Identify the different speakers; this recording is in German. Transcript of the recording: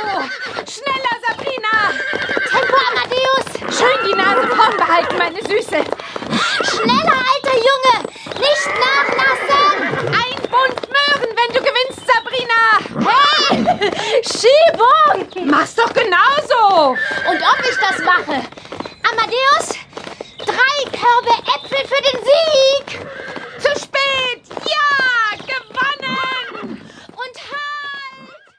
Speaker 1: Schneller, Sabrina! Tempo, Amadeus! Schön die Nase vorn behalten, meine Süße!
Speaker 2: Schneller, alter Junge! Nicht nachlassen!
Speaker 1: Ein Bund Möhren, wenn du gewinnst, Sabrina!
Speaker 2: Hey! Schiebung!
Speaker 1: Mach's doch genauso!
Speaker 2: Und ob ich das mache? Amadeus, drei Körbe Äpfel für den Sieg!
Speaker 1: halt!